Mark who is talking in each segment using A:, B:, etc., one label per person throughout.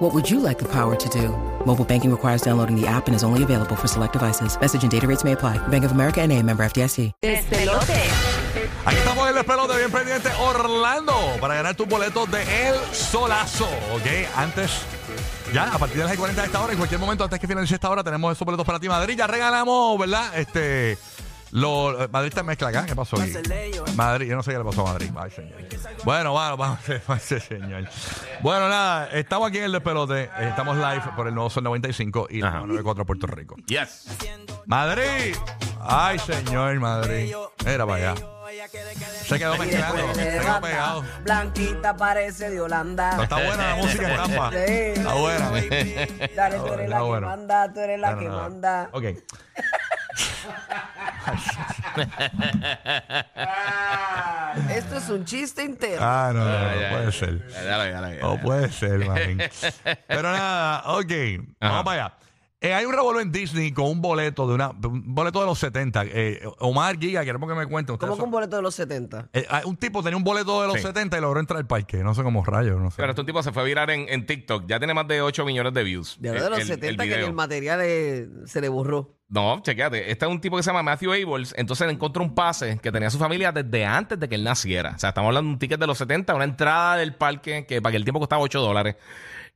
A: What would you like the power to do? Mobile banking requires downloading the app and is only available for select devices. Message and data rates may apply. Bank of America and a member FDIC.
B: Despelote.
C: Aquí estamos en el pelote, bien pendiente, Orlando, para ganar tus boletos de El Solazo, ¿ok? Antes, ya, a partir de las 40 de esta hora, en cualquier momento, antes que finalice esta hora, tenemos esos boletos para ti, Madrid. Ya regalamos, ¿verdad? Este, lo, eh, Madrid está en mezcla acá, ¿qué pasó aquí? Madrid, yo no sé qué le pasó a Madrid. Ay, señor. Bueno, bueno, vamos, vamos, señor. Bueno, nada, estamos aquí en el despelote, eh, estamos live por el nuevo Sol 95 y la 94 Puerto Rico.
D: Yes.
C: ¡Madrid! Ay, señor, Madrid. Era para allá. Se quedó mezclando, se quedó pegado.
E: Blanquita parece de
C: Pero
E: Holanda.
C: está buena la música en Tampa.
E: Sí.
C: Está buena.
E: Dale, tú eres
C: Está
E: la que
C: bueno.
E: manda, tú eres la
C: No,
E: que
C: no, no.
E: manda.
C: Ok.
E: Esto es un chiste interno.
C: Ah, no, no, no, no puede ser.
D: Dale, dale, dale.
C: No puede ser, manín. Pero nada, ok. Vamos
D: Ajá.
C: para allá. Eh, hay un revuelo en Disney con un boleto de una, un boleto de los 70. Eh, Omar Giga, queremos que me cuente. ustedes
E: ¿Cómo que un
C: son-
E: boleto de los 70?
C: Eh, hay un tipo tenía un boleto de los
D: Sí.
C: 70 y logró entrar al parque. No sé cómo rayos, no sé.
D: Pero este tipo se fue a virar en, en TikTok. Ya tiene más de 8 millones de views. Eh,
E: De verdad, de los 70 que ni el
D: video.
E: material eh, se le borró.
D: No, chequéate. Este es un tipo que se llama Matthew Ables. Entonces él encontró un pase que tenía su familia desde antes de que él naciera. O sea, estamos hablando de un ticket de los 70, una entrada del parque que para aquel tiempo costaba 8 dólares.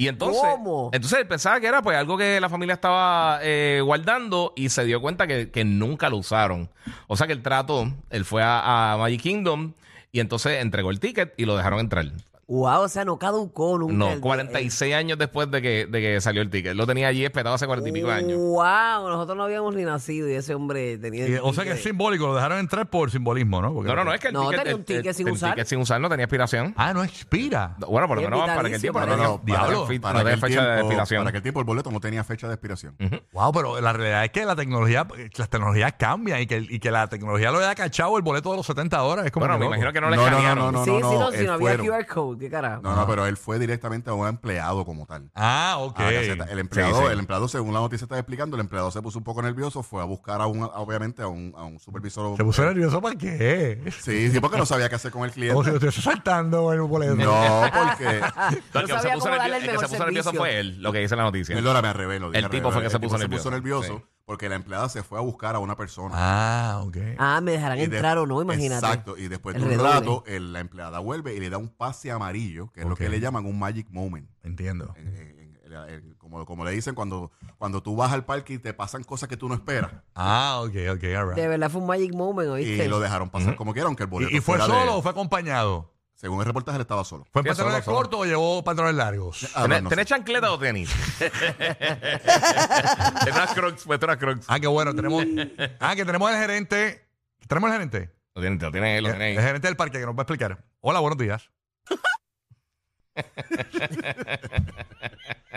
D: Y entonces,
E: ¿Cómo?
D: entonces él pensaba que era pues algo que la familia estaba eh, guardando y se dio cuenta que, que nunca lo usaron. O sea que él trató, él fue a, a Magic Kingdom y entonces entregó el ticket y lo dejaron entrar.
E: Wow, o sea, no caducó nunca.
D: No, 46 años después de que, de que salió el ticket. Lo tenía allí esperado hace 40 y
E: Uh.
D: pico años.
E: Wow, nosotros no habíamos ni nacido y ese hombre tenía. el
C: Y, o sea que
E: ticket.
C: es simbólico, lo dejaron entrar por simbolismo, ¿no? Porque-
D: No, no, no, es que el
E: No,
D: ticket,
E: tenía un
D: el-
E: ticket
D: el-
E: sin
D: el
E: usar.
D: ticket sin usar no tenía expiración.
C: Ah, no expira.
D: No, Bueno, por lo
E: Es
D: menos para aquel tiempo. No,
E: vitalicio,
D: no, no,
C: parece. Diablo,
D: no tenía
F: para aquel
D: fecha de
F: tiempo-
D: expiración.
F: Para aquel tiempo el boleto no tenía fecha de expiración.
C: Wow, pero la realidad es que la tecnología, las tecnologías cambian y que, y que la tecnología lo haya cachado el boleto de los 70 horas. Es como
D: Bueno,
C: que
D: me
C: loco.
D: imagino que no le
F: No, no, no,
D: escanearon.
F: no,
E: sí, sí, no,
F: él
E: si no había
F: fueron.
E: QR code, qué carajo.
F: No, no, pero él fue directamente a un empleado como tal.
C: Ah, ok.
F: A la caseta. El empleado,
D: Sí, sí.
F: el empleado, según la noticia está explicando, el empleado se puso un poco nervioso, fue a buscar a un, a- obviamente, a un, a un supervisor.
C: ¿Se puso nervioso para qué?
F: Sí, sí, porque no sabía qué hacer con el
C: Como si
F: cliente.
C: lo estuviese saltando el boleto.
F: No, porque.
D: No, el que
E: No
D: se
E: sabía
D: puso
E: cómo darle el
D: nervioso- el que
E: mejor
D: se puso nervioso
E: servicio.
D: fue él, lo que dice la noticia.
F: Perdona, me revelo. dije
D: El tipo
F: revelo.
D: fue que se
F: El tipo
D: puso
F: Se puso
D: nervioso.
F: nervioso porque la empleada se fue a buscar a una persona.
C: Ah, ok.
E: Ah, me dejarán
F: Y de-
E: entrar o no, imagínate.
F: Exacto. Y después de
E: El
F: un
E: redoble.
F: rato, el- la empleada vuelve y le da un pase amarillo, que es lo
C: Ok.
F: que le llaman un magic moment.
C: Entiendo.
F: en- en- en- en- como, como le dicen, cuando, cuando tú vas al parque y te pasan cosas que tú no esperas.
C: Ah, ok, ok, all
E: De
C: right.
E: verdad fue un magic moment, ¿oíste?
F: Y lo dejaron pasar como quieran, aunque el boleto
C: ¿Y, y fue
F: fuera de-
C: solo o fue acompañado?
F: Según el reportaje, él estaba solo.
C: ¿Fue en
D: Sí,
C: pantalones
D: solo, solo.
C: cortos o llevó pantalones largos?
F: Ah,
D: ¿Tenés,
F: no, no
D: tenés
F: sé.
D: chancleta o tenis? Tenés unas crocs, pues tenés unas crocs.
C: Ah, qué bueno, tenemos. ah, que tenemos el gerente. ¿Tenemos el gerente?
D: Lo tiene, lo tiene, lo
C: El
D: tiene. ahí.
C: gerente del parque que nos va a explicar. Hola, buenos días.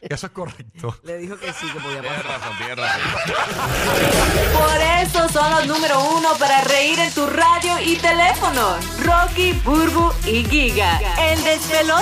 C: Eso es correcto.
E: Le dijo que sí, que podía
D: Tienes
E: pasar.
D: razón, tienes razón.
B: Por eso son los número uno para reír en tu radio y teléfono. Rocky, Burbu y Giga. El despelote.